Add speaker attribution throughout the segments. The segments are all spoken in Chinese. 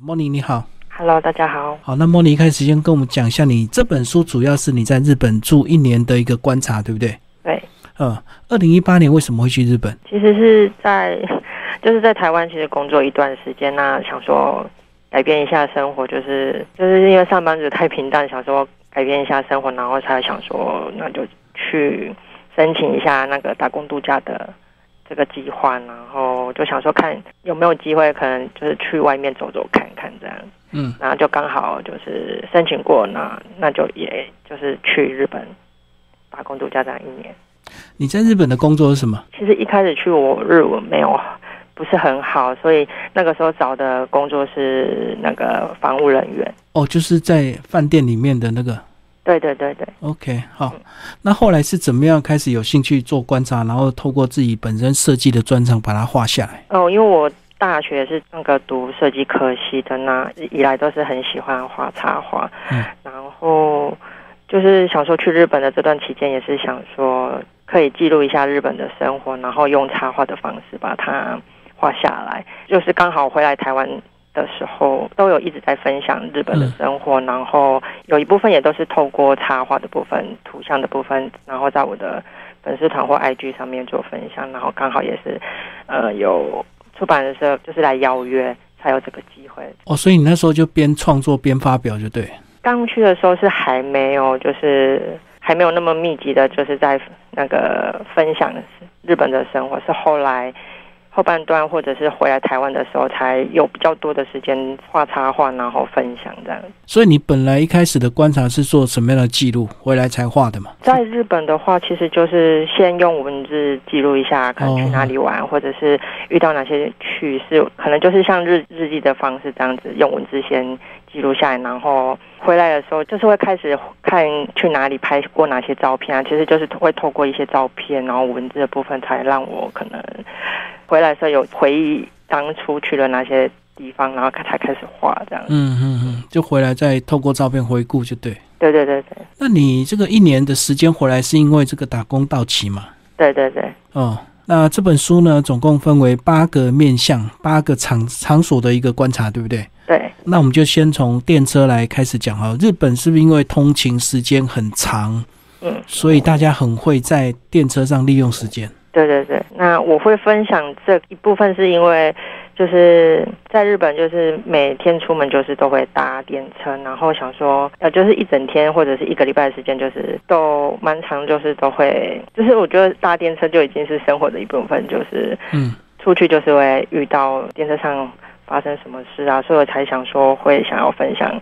Speaker 1: 莫妮你好，
Speaker 2: Hello，大家好。
Speaker 1: 好，那莫妮一开始先跟我们讲一下，你这本书主要是你在日本住一年的一个观察，对不对？
Speaker 2: 对，
Speaker 1: 嗯，二零一八年为什么会去日本？
Speaker 2: 其实是在 就是在台湾，其实工作一段时间那想说改变一下生活，就是就是因为上班族太平淡，想说改变一下生活，然后才想说那就去申请一下那个打工度假的这个计划，然后就想说看有没有机会，可能就是去外面走走看看这样，
Speaker 1: 嗯，
Speaker 2: 然后就刚好就是申请过，那那就也就是去日本打工度假这样一年。
Speaker 1: 你在日本的工作是什么？
Speaker 2: 其实一开始去我日文没有不是很好，所以那个时候找的工作是那个防务人员。
Speaker 1: 哦，就是在饭店里面的那个。
Speaker 2: 对对对对，
Speaker 1: OK，好，那后来是怎么样开始有兴趣做观察，然后透过自己本身设计的专长把它画下来？
Speaker 2: 哦，因为我大学是那个读设计科系的，那以来都是很喜欢画插画，
Speaker 1: 嗯
Speaker 2: 然后就是想说去日本的这段期间，也是想说可以记录一下日本的生活，然后用插画的方式把它画下来。就是刚好回来台湾。的时候都有一直在分享日本的生活，然后有一部分也都是透过插画的部分、图像的部分，然后在我的粉丝团或 IG 上面做分享，然后刚好也是呃有出版社就是来邀约，才有这个机会。
Speaker 1: 哦，所以你那时候就边创作边发表，就对。
Speaker 2: 刚去的时候是还没有，就是还没有那么密集的，就是在那个分享日本的生活，是后来后半段或者是回来台湾的时候，才有比较多的时间画插画，然后分享这样。
Speaker 1: 所以你本来一开始的观察是做什么样的记录，回来才画的嘛？
Speaker 2: 在日本的话，其实就是先用文字记录一下，可能去哪里玩，或者是遇到哪些趣事，可能就是像日日记的方式这样子，用文字先记录下来，然后回来的时候就是会开始看去哪里拍过哪些照片啊，其实就是会透过一些照片，然后文字的部分才让我可能回来的时候有回忆当初去了哪些地方，然后才开始画这样。
Speaker 1: 嗯嗯嗯，就回来再透过照片回顾，就对。
Speaker 2: 对对对对
Speaker 1: 那你这个一年的时间回来，是因为这个打工到期嘛？
Speaker 2: 对对对。
Speaker 1: 哦，那这本书呢，总共分为八个面向、八个场场所的一个观察，对不对？
Speaker 2: 对
Speaker 1: 那我们就先从电车来开始讲哈。日本是不是因为通勤时间很长，
Speaker 2: 嗯，
Speaker 1: 所以大家很会在电车上利用时间？
Speaker 2: 对对对，那我会分享这一部分是因为，就是在日本，就是每天出门就是都会搭电车，然后想说，呃，就是一整天或者是一个礼拜的时间，就是都蛮长，就是都会，就是我觉得搭电车就已经是生活的一部分，就是
Speaker 1: 嗯，
Speaker 2: 出去就是会遇到电车上发生什么事啊，所以我才想说会想要分享，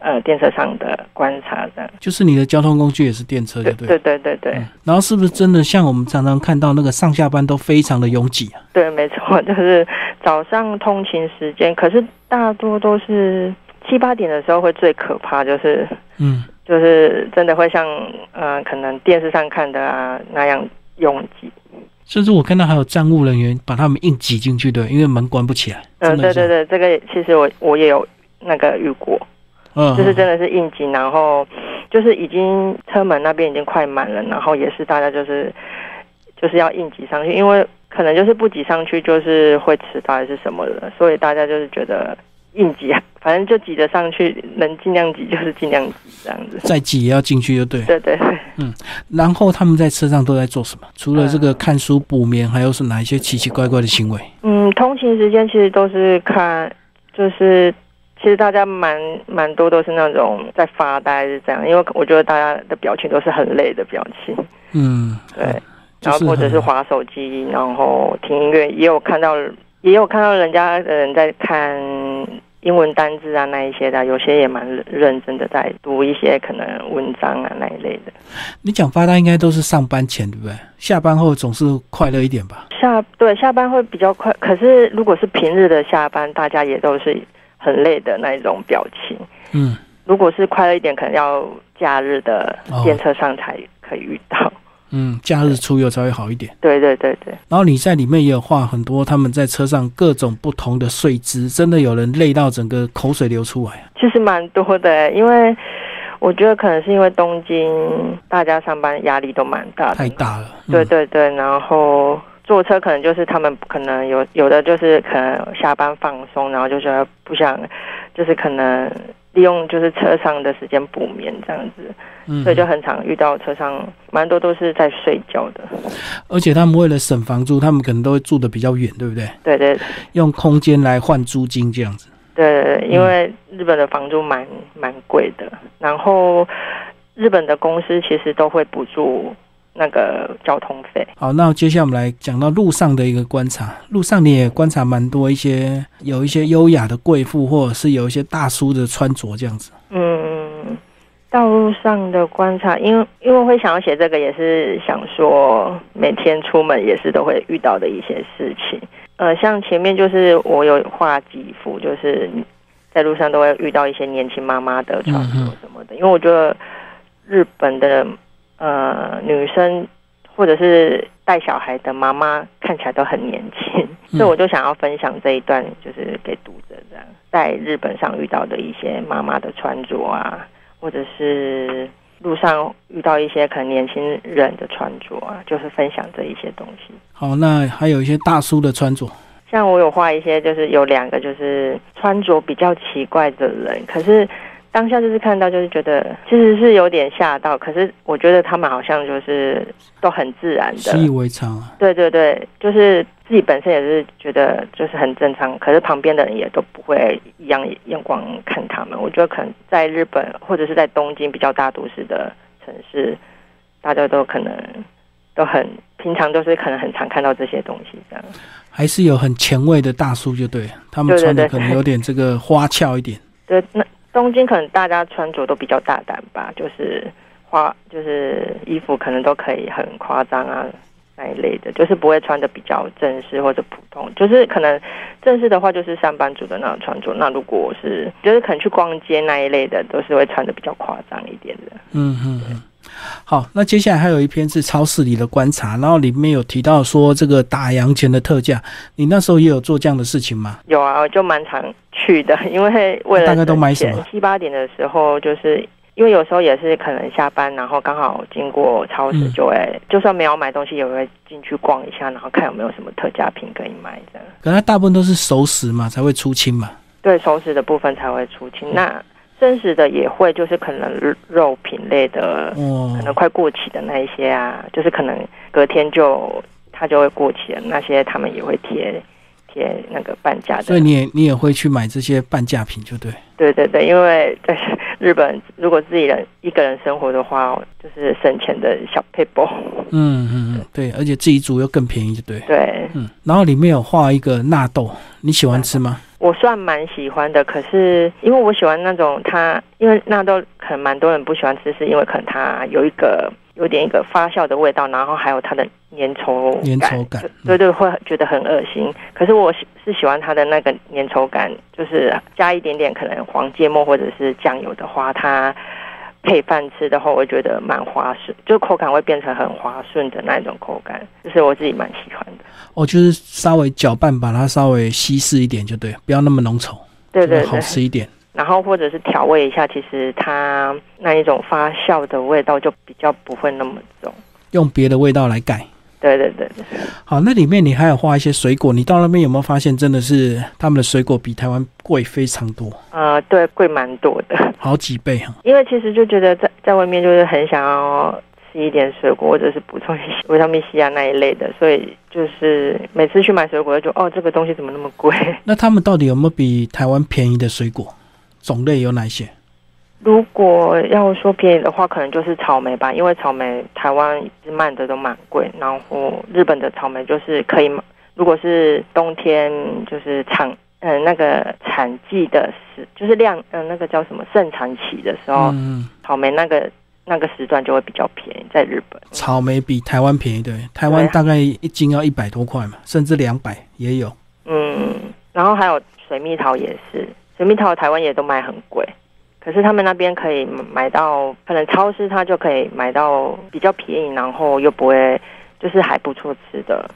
Speaker 2: 呃，电车上的观察这样。
Speaker 1: 就是你的交通工具也是电车，对不嗯对？
Speaker 2: 对对对对，
Speaker 1: 然后是不是真的像我们常常看到那个上下班都非常的拥挤啊？
Speaker 2: 对，没错， 就是早上通勤时间，可是大多都是七八点的时候会最可怕，就是
Speaker 1: 嗯，
Speaker 2: 就是真的会像呃，可能电视上看的啊那样拥挤。
Speaker 1: 甚至我看到还有站务人员把他们硬挤进去的，因为门关不起来。
Speaker 2: 嗯、
Speaker 1: 真的
Speaker 2: 对
Speaker 1: 是这
Speaker 2: 对
Speaker 1: 样，
Speaker 2: 对，这个其实我我也有那个遇过，
Speaker 1: 嗯，
Speaker 2: 就是真的是应急，然后就是已经车门那边已经快满了，然后也是大家就是就是要应急上去，因为可能就是不挤上去就是会迟到还是什么的，所以大家就是觉得应急，啊反正就挤得上去，能尽量挤就是尽量挤这样子。
Speaker 1: 再挤也要进去，就对。
Speaker 2: 对对对，
Speaker 1: 然后他们在车上都在做什么？除了这个看书、补眠，还有是哪一些奇奇怪怪的行为？
Speaker 2: 嗯，通勤时间其实都是看，就是其实大家蛮蛮多都是那种在发呆是这样，因为我觉得大家的表情都是很累的表情，
Speaker 1: 嗯，
Speaker 2: 对。
Speaker 1: 就
Speaker 2: 然后或者是
Speaker 1: 很
Speaker 2: 滑手机，然后听音乐，也有看到也有看到人家的人在看英文单字啊那一些的，有些也蛮认真的在读一些可能文章啊那一类的。
Speaker 1: 你讲发呆应该都是上班前，对不对？下班后总是快乐一点吧？
Speaker 2: 下对下班会比较快，可是如果是平日的下班，大家也都是很累的那一种表情。
Speaker 1: 嗯，
Speaker 2: 如果是快乐一点，可能要假日的
Speaker 1: 哦
Speaker 2: 电车上才可以遇到。
Speaker 1: 嗯，假日出游才会好一点。
Speaker 2: 对对对对。
Speaker 1: 然后你在里面也有画很多他们在车上各种不同的睡姿，真的有人累到整个口水流出来啊。
Speaker 2: 其实蛮多的，因为我觉得可能是因为东京大家上班压力都蛮大的，
Speaker 1: 太大了。嗯
Speaker 2: 对，对对，然后坐车可能就是他们可能有有的就是可能下班放松，然后就觉得不想就是可能利用就是车上的时间补眠这样子，
Speaker 1: 嗯
Speaker 2: 所以就很常遇到车上蛮多都是在睡觉的。
Speaker 1: 而且他们为了省房租，他们可能都会住的比较远，对不对？
Speaker 2: 对对
Speaker 1: 用空间来换租金这样子。
Speaker 2: 对对，因为日本的房租蛮蛮贵的，然后日本的公司其实都会补助那个交通费。
Speaker 1: 好，那接下来我们来讲到路上的一个观察。路上你也观察蛮多一些，有一些优雅的贵妇，或者是有一些大叔的穿着这样子。
Speaker 2: 嗯，道路上的观察，因为因为会想要写这个，也是想说每天出门也是都会遇到的一些事情。呃，像前面就是我有画几幅，就是在路上都会遇到一些年轻妈妈的穿着什么的，因为我觉得日本的呃女生或者是带小孩的妈妈看起来都很年轻，
Speaker 1: 嗯
Speaker 2: 所以我就想要分享这一段，就是给读者这样，在日本上遇到的一些妈妈的穿着啊，或者是路上遇到一些可能年轻人的穿着啊，就是分享这一些东西。
Speaker 1: 好，那还有一些大叔的穿着。
Speaker 2: 像我有画一些，就是有两个就是穿着比较奇怪的人，可是当下就是看到就是觉得其实是有点吓到，可是我觉得他们好像就是都很自然的，
Speaker 1: 习以为常啊。
Speaker 2: 对对对，就是自己本身也是觉得就是很正常，可是旁边的人也都不会一样眼光看他们。我觉得可能在日本或者是在东京比较大都市的城市，大家都可能都很平常，都是可能很常看到这些东西这样。
Speaker 1: 还是有很前卫的大叔，就对了他们
Speaker 2: 对对
Speaker 1: 穿的
Speaker 2: 对
Speaker 1: 可能有点这个花俏一点。
Speaker 2: 对，那东京可能大家穿着都比较大胆吧，就是花就是衣服可能都可以很夸张啊那一类的，就是不会穿的比较正式或者普通，就是可能正式的话就是上班族的那种穿着，那如果是就是可能去逛街那一类的，都是会穿的比较夸张一点的。
Speaker 1: 嗯嗯嗯。好，那接下来还有一篇是超市里的观察，然后里面有提到说这个打烊前的特价，你那时候也有做这样的事情吗？
Speaker 2: 有啊，我就蛮常去的，因为为了
Speaker 1: 大概都买什么
Speaker 2: 省钱七八点的时候，就是因为有时候也是可能下班，然后刚好经过超市
Speaker 1: 嗯，
Speaker 2: 就会、就算没有买东西，也会进去逛一下，然后看有没有什么特价品可以买这样。
Speaker 1: 可能它大部分都是熟食嘛，才会出清嘛。
Speaker 2: 对，熟食的部分才会出
Speaker 1: 嗯
Speaker 2: 清，那生食的也会，就是可能肉品类的，
Speaker 1: 哦
Speaker 2: 可，能快过期的那一些啊，就是可能隔天就它就会过期了，那些他们也会贴贴那个半价的。
Speaker 1: 所以你也你也会去买这些半价品，就对。
Speaker 2: 对对对，因为在 日本，如果自己人一个人生活的话，就是省钱的小 p a p e
Speaker 1: 嗯嗯嗯，对，而且自己煮又更便宜，就对。
Speaker 2: 对
Speaker 1: 嗯，然后里面有画一个纳豆，你喜欢吃吗？
Speaker 2: 我算蛮喜欢的，可是因为我喜欢那种它，因为纳豆可能蛮多人不喜欢吃，是因为可能它有一个有点一个发酵的味道，然后还有它的粘稠感
Speaker 1: 粘稠感
Speaker 2: 就呃对对，会觉得很恶心。可是我喜是喜欢它的那个粘稠感，就是加一点点可能黄芥末或者是酱油的话，它配饭吃的话，我觉得蛮滑顺，就口感会变成很滑顺的那一种口感，就是我自己蛮喜欢的。
Speaker 1: 哦，就是稍微搅拌，把它稍微稀释一点，就对，不要那么浓稠，
Speaker 2: 对对
Speaker 1: 就嗯好
Speaker 2: 对，
Speaker 1: 吃一点。
Speaker 2: 然后或者是调味一下，其实它那一种发酵的味道就比较不会那么重。
Speaker 1: 用别的味道来改。
Speaker 2: 对对对对
Speaker 1: 好，那里面你还有画一些水果，你到那边有没有发现，真的是他们的水果比台湾贵非常多，
Speaker 2: 呃，对，贵蛮多的，
Speaker 1: 好几倍哈、
Speaker 2: 因为其实就觉得在在外面就是很想要吃一点水果，或者是补充一些 维他命 C 啊那一类的，所以就是每次去买水果就觉得哦，这个东西怎么那么贵？
Speaker 1: 那他们到底有没有比台湾便宜的水果？种类有哪些？
Speaker 2: 如果要说便宜的话，可能就是草莓吧，因为草莓台湾一直卖的都蛮贵，然后日本的草莓就是可以买，如果是冬天就是产嗯、那个产季的时，就是量嗯、呃那个叫什么盛产期的时候，
Speaker 1: 嗯，嗯
Speaker 2: 草莓那个那个时段就会比较便宜，在日本。
Speaker 1: 草莓比台湾便宜，对，台湾
Speaker 2: 对啊
Speaker 1: 大概一斤要一百多块嘛，甚至两百也有。
Speaker 2: 嗯，然后还有水蜜桃也是，水蜜桃台湾也都卖很贵，可是他们那边可以买到，可能超市它就可以买到比较便宜，然后又不会就是还不错吃的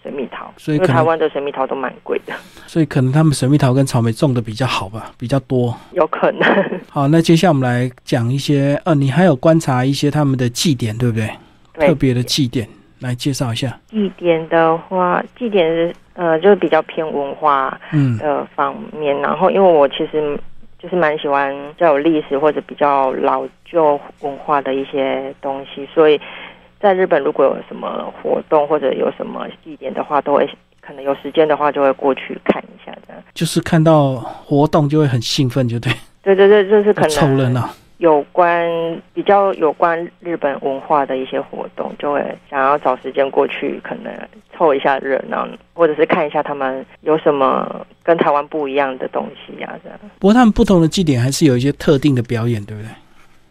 Speaker 2: 水蜜桃，
Speaker 1: 所以
Speaker 2: 因为
Speaker 1: 可能
Speaker 2: 台湾的水蜜桃都蛮贵的，
Speaker 1: 所以可能他们水蜜桃跟草莓种的比较好吧，比较多。
Speaker 2: 有可能。
Speaker 1: 好，那接下来我们来讲一些，呃，你还有观察一些他们的祭典，对不对？特
Speaker 2: 对，
Speaker 1: 别的祭典，来介绍一下。
Speaker 2: 祭典的话，祭典是呃就是比较偏文化
Speaker 1: 嗯
Speaker 2: 的方面，然后因为我其实就是蛮喜欢比较有历史或者比较老旧文化的一些东西，所以在日本如果有什么活动或者有什么地点的话，都会可能有时间的话就会过去看一下这样。
Speaker 1: 就是看到活动就会很兴奋，就对，
Speaker 2: 对对对，就是可
Speaker 1: 凑啊热
Speaker 2: 能
Speaker 1: 闹。
Speaker 2: 有关比较有关日本文化的一些活动，就会想要找时间过去，可能凑一下热闹，或者是看一下他们有什么跟台湾不一样的东西呀、这样。
Speaker 1: 不过他们不同的祭典还是有一些特定的表演，对不对？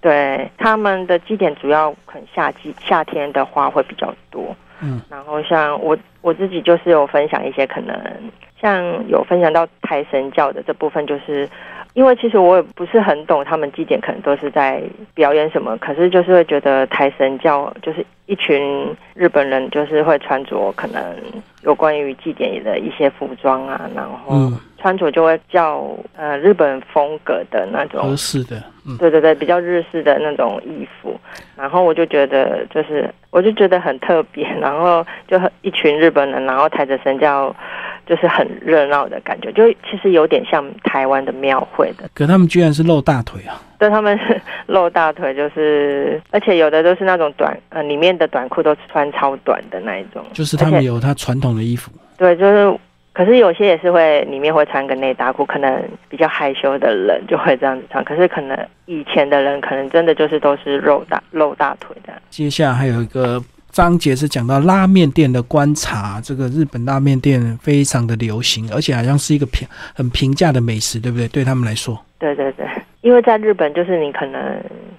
Speaker 2: 对，他们的祭典主要可能夏季夏天的话会比较多。
Speaker 1: 嗯，
Speaker 2: 然后像我我自己就是有分享一些可能像有分享到财神教的这部分，就是因为其实我也不是很懂他们祭典可能都是在表演什么，可是就是会觉得财神教就是一群日本人就是会穿着可能有关于祭典的一些服装啊，然后
Speaker 1: 嗯，
Speaker 2: 穿着就会叫呃日本风格的那种
Speaker 1: 合适的。嗯，
Speaker 2: 对对对，比较日式的那种衣服，然后我就觉得就是，我就觉得很特别，然后就很一群日本人，然后抬着神轿，就是很热闹的感觉，就其实有点像台湾的庙会的，
Speaker 1: 可他们居然是露大腿啊！
Speaker 2: 对他们 是露大腿，就是而且有的都是那种短呃里面的短裤都穿超短的那一种，
Speaker 1: 就是他
Speaker 2: 而
Speaker 1: 们
Speaker 2: 且
Speaker 1: 有他传统的衣服。
Speaker 2: 对，就是。可是有些也是会，里面会穿个内搭裤，可能比较害羞的人就会这样子穿。可是可能以前的人，可能真的就是都是露大露大腿的。
Speaker 1: 接下来还有一个章节是讲到拉面店的观察，这个日本拉面店非常的流行，而且好像是一个平很平价的美食，对不对？对他们来说，
Speaker 2: 对对对，因为在日本，就是你可能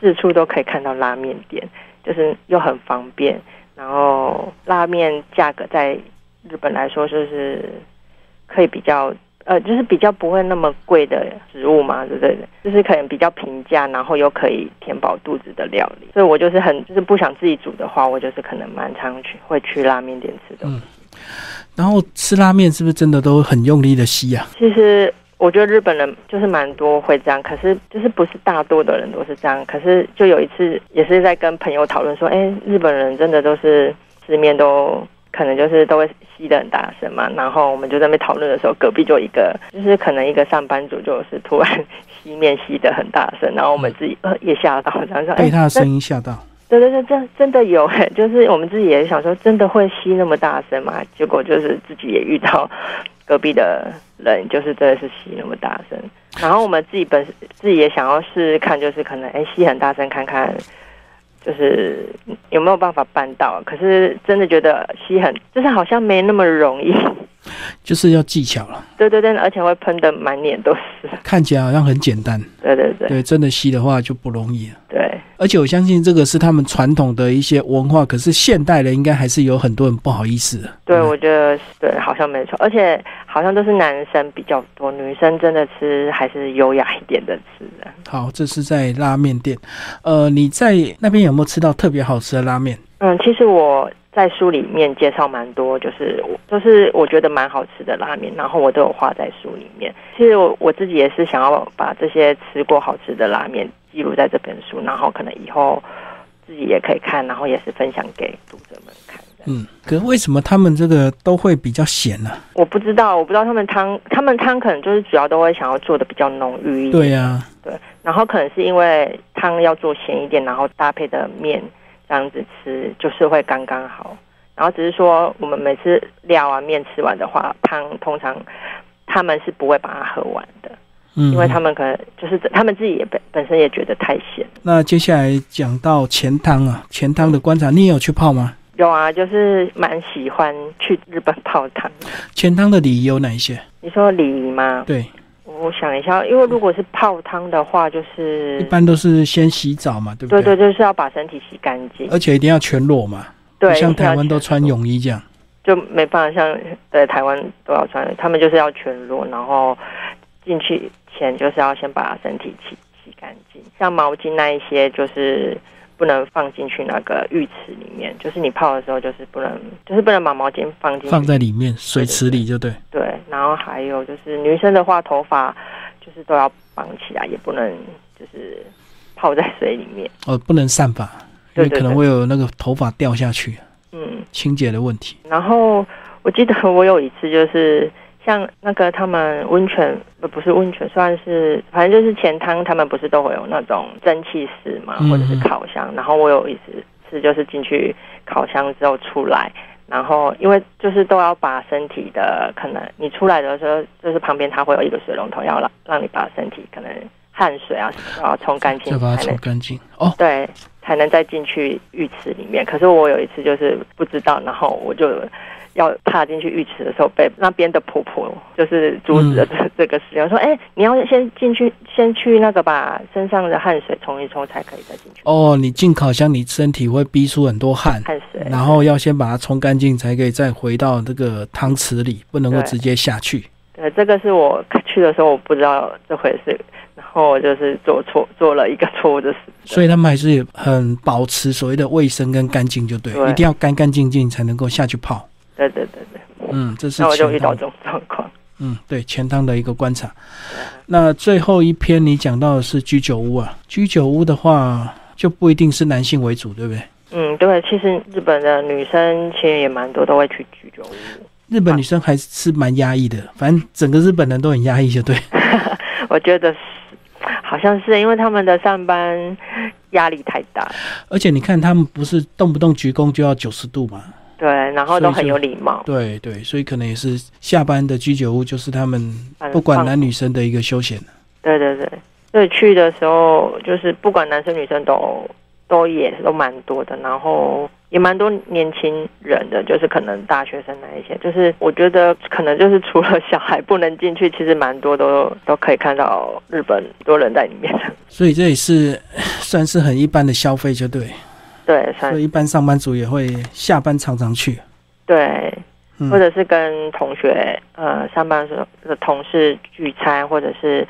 Speaker 2: 四处都可以看到拉面店，就是又很方便，然后拉面价格在日本来说就是可以比较。呃，就是比较不会那么贵的食物嘛，对不对？就是可能比较平价，然后又可以填饱肚子的料理。所以我就是很，就是不想自己煮的话，我就是可能蛮常去会去拉面店吃的。
Speaker 1: 嗯然后吃拉面是不是真的都很用力的吸啊？
Speaker 2: 其实我觉得日本人就是蛮多会这样，可是就是不是大多的人都是这样。可是就有一次也是在跟朋友讨论说，哎，日本人真的都是吃面都。可能就是都会吸得很大声嘛，然后我们就在那边讨论的时候，隔壁就一个，就是可能一个上班族，就是突然吸面吸得很大声，然后我们自己呃也吓到，然后说
Speaker 1: 被
Speaker 2: 哎，
Speaker 1: 他的
Speaker 2: 那
Speaker 1: 声音吓到，
Speaker 2: 对对对，真真的有哎、 就是我们自己也想说，真的会吸那么大声吗？结果就是自己也遇到隔壁的人，就是真的是吸那么大声。然后我们自己本自己也想要试试看，就是可能哎吸很大声看看，就是有没有办法办到。可是真的觉得吸很，就是好像没那么容易。
Speaker 1: 就是要技巧了。
Speaker 2: 对对对，而且会喷的满脸都是。
Speaker 1: 看起来好像很简单，
Speaker 2: 对对对
Speaker 1: 对，真的吸的话就不容易了。
Speaker 2: 对。
Speaker 1: 而且我相信这个是他们传统的一些文化，可是现代人应该还是有很多人不好意思的。
Speaker 2: 对，
Speaker 1: 嗯
Speaker 2: 我觉得是对，好像没错，而且好像都是男生比较多，女生真的吃还是优雅一点的吃的。
Speaker 1: 嗯好，这是在拉面店。呃，你在那边有没有吃到特别好吃的拉面？
Speaker 2: 嗯，其实我在书里面介绍蛮多，就是我就是我觉得蛮好吃的拉面，然后我都有画在书里面。其实我我自己也是想要把这些吃过好吃的拉面记录在这本书，然后可能以后自己也可以看，然后也是分享给读者们看的。
Speaker 1: 嗯，可是为什么他们这个都会比较啊咸呢、
Speaker 2: 我不知道，我不知道他们汤，他们汤可能就是主要都会想要做的比较浓郁一点。
Speaker 1: 对呀、
Speaker 2: 然后可能是因为汤要做咸一点，然后搭配的面这样子吃，就是会刚刚好。然后只是说，我们每次料啊面吃完的话，汤通常他们是不会把它喝完的，
Speaker 1: 嗯，
Speaker 2: 因为他们可能就是他们自己也本本身也觉得太咸。
Speaker 1: 那接下来讲到钱汤啊，钱汤的观察，你也有去泡吗？
Speaker 2: 有啊，就是蛮喜欢去日本泡汤。
Speaker 1: 钱汤的礼仪有哪一些？
Speaker 2: 你说礼仪吗？
Speaker 1: 对，
Speaker 2: 我想一下，因为如果是泡汤的话，就是
Speaker 1: 一般都是先洗澡嘛，对不
Speaker 2: 对对，就是要把身体洗干净。
Speaker 1: 而且一定要全裸嘛，
Speaker 2: 对，
Speaker 1: 不像
Speaker 2: 一定要
Speaker 1: 台湾都穿
Speaker 2: 全裸
Speaker 1: 泳衣这样。
Speaker 2: 就没办法像在台湾都要穿，他们就是要全裸，然后进去前就是要先把身体洗洗干净，像毛巾那一些就是不能放进去那个浴池里面，就是你泡的时候就是不能，就是不能把毛巾放进去
Speaker 1: 放在里面水池里就对。
Speaker 2: 对，然后还有就是女生的话，头发就是都要绑起来，也不能就是泡在水里面，
Speaker 1: 哦，不能散发，因
Speaker 2: 对
Speaker 1: 为
Speaker 2: 对
Speaker 1: 可能
Speaker 2: 对
Speaker 1: 会有那个头发掉下去，
Speaker 2: 嗯。
Speaker 1: 清洁的问题。
Speaker 2: 然后我记得我有一次就是像那个他们温泉呃不是温泉，算是反正就是钱汤，他们不是都会有那种蒸汽室嘛，
Speaker 1: 嗯
Speaker 2: 或者是烤箱。然后我有一次是就是进去烤箱之后出来，然后因为就是都要把身体的可能你出来的时候，就是旁边它会有一个水龙头，要让让你把身体可能汗水啊什么都要冲干净
Speaker 1: 再把它
Speaker 2: 才
Speaker 1: 冲
Speaker 2: 能
Speaker 1: 干净哦。
Speaker 2: 对，才能再进去浴池里面。可是我有一次就是不知道，然后我就要踏进去浴池的时候，被那边的婆婆就是阻止
Speaker 1: 嗯
Speaker 2: 了这、这 个事情，说：“哎、你要先进去，先去那个把身上的汗水冲一冲，才可以再进去
Speaker 1: 哦，你进烤箱，你身体会逼出很多汗，
Speaker 2: 汗水。”啊
Speaker 1: 然后要先把它冲干净，才可以再回到这个汤池里，不能够
Speaker 2: 对
Speaker 1: 直接下去。
Speaker 2: 对，这个是我去的时候我不知道这回事，然后我就是做错做了一个错误的事。
Speaker 1: 所以他们还是很保持所谓的卫生跟干净，就对，
Speaker 2: 对
Speaker 1: 一定要干干净净才能够下去泡。
Speaker 2: 对对对对，
Speaker 1: 嗯，这是
Speaker 2: 那我就
Speaker 1: 钱
Speaker 2: 遇到
Speaker 1: 汤
Speaker 2: 这种状况。
Speaker 1: 嗯，对，钱汤的一个观察。
Speaker 2: 嗯
Speaker 1: 那最后一篇你讲到的是居酒屋啊，居酒屋的话就不一定是男性为主，对不对？
Speaker 2: 嗯，对，其实日本的女生其实也蛮多都会去居酒屋。
Speaker 1: 日
Speaker 2: 啊
Speaker 1: 本女生还是蛮压抑的，反正整个日本人都很压抑，就对。
Speaker 2: 我觉得是，好像是因为他们的上班压力太大，
Speaker 1: 而且你看他们不是动不动鞠躬就要九十度嘛，
Speaker 2: 对，然后都很有礼貌，
Speaker 1: 对对，所以可能也是下班的居酒屋就是他们
Speaker 2: 很
Speaker 1: 不管
Speaker 2: 放
Speaker 1: 男女生的一个休闲。
Speaker 2: 对对对，所以去的时候就是不管男生女生都都也都蛮多的，然后也蛮多年轻人的，就是可能大学生那一些，就是我觉得可能就是除了小孩不能进去，其实蛮多都都可以看到日本多人在里面，
Speaker 1: 所以这也是算是很一般的消费，就对。
Speaker 2: 对，算
Speaker 1: 所以一般上班族也会下班常常去。
Speaker 2: 对，
Speaker 1: 嗯
Speaker 2: 或者是跟同学呃上班的时候的同事聚餐，或者是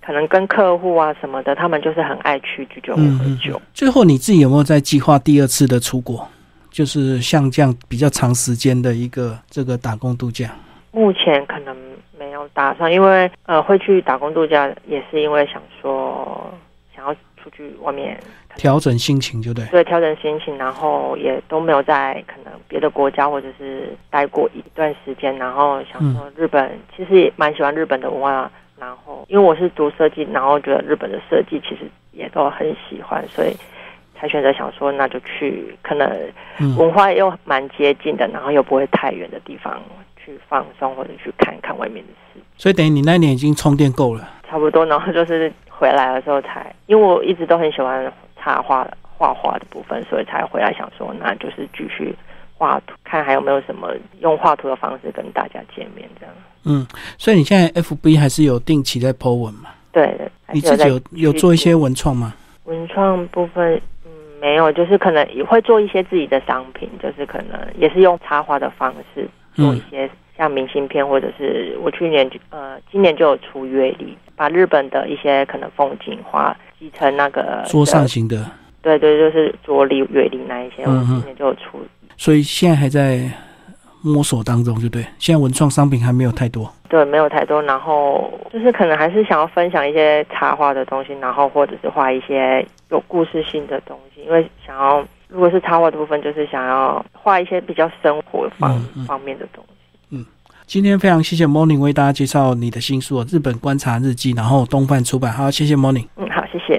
Speaker 2: 可能跟客户啊什么的，他们就是很爱去居酒屋
Speaker 1: 嗯
Speaker 2: 喝
Speaker 1: 嗯
Speaker 2: 酒。
Speaker 1: 最后你自己有没有在计划第二次的出国？就是像这样比较长时间的一个这个打工度假。
Speaker 2: 目前可能没有打算，因为呃会去打工度假，也是因为想说想要出去外面
Speaker 1: 调整心情，就对。
Speaker 2: 对调整心情，然后也都没有在可能别的国家或者是待过一段时间，然后想说日本、其实也蛮喜欢日本的文化，然后因为我是读设计，然后觉得日本的设计其实也都很喜欢，所以才选择想说那就去可能
Speaker 1: 嗯，
Speaker 2: 文化又蛮接近的，然后又不会太远的地方去放松或者去看一看外面的世界。
Speaker 1: 所以等于你那一年已经充电够了。
Speaker 2: 差不多，然后就是回来的时候才，因为我一直都很喜欢插画画画的部分，所以才回来想说，那就是继续画图，看还有没有什么用画图的方式跟大家见面这样。
Speaker 1: 嗯，所以你现在 FB 还是有定期在 po 文嘛？
Speaker 2: 对，对还
Speaker 1: 你
Speaker 2: 是有
Speaker 1: 自己
Speaker 2: 在
Speaker 1: 有有做一些文创吗？
Speaker 2: 文创部分，嗯，没有，就是可能也会做一些自己的商品，就是可能也是用插画的方式做一
Speaker 1: 嗯
Speaker 2: 些像明信片，或者是我去年就呃今年就有出月历，把日本的一些可能风景画集成那个
Speaker 1: 桌上
Speaker 2: 的
Speaker 1: 型的，
Speaker 2: 对对，就是着力、月历那一些，我
Speaker 1: 嗯哼
Speaker 2: 今年就有出。
Speaker 1: 所以现在还在摸索当中，就对。现在文创商品还没有太多。
Speaker 2: 对，没有太多，然后就是可能还是想要分享一些插画的东西，然后或者是画一些有故事性的东西，因为想要如果是插画的部分，就是想要画一些比较生活方、
Speaker 1: 嗯嗯
Speaker 2: 方面的东西。
Speaker 1: 今天非常谢谢 Morning 为大家介绍你的新书《日本观察日记》，然后东贩出版。好，谢谢 Morning。
Speaker 2: 嗯，好，谢谢。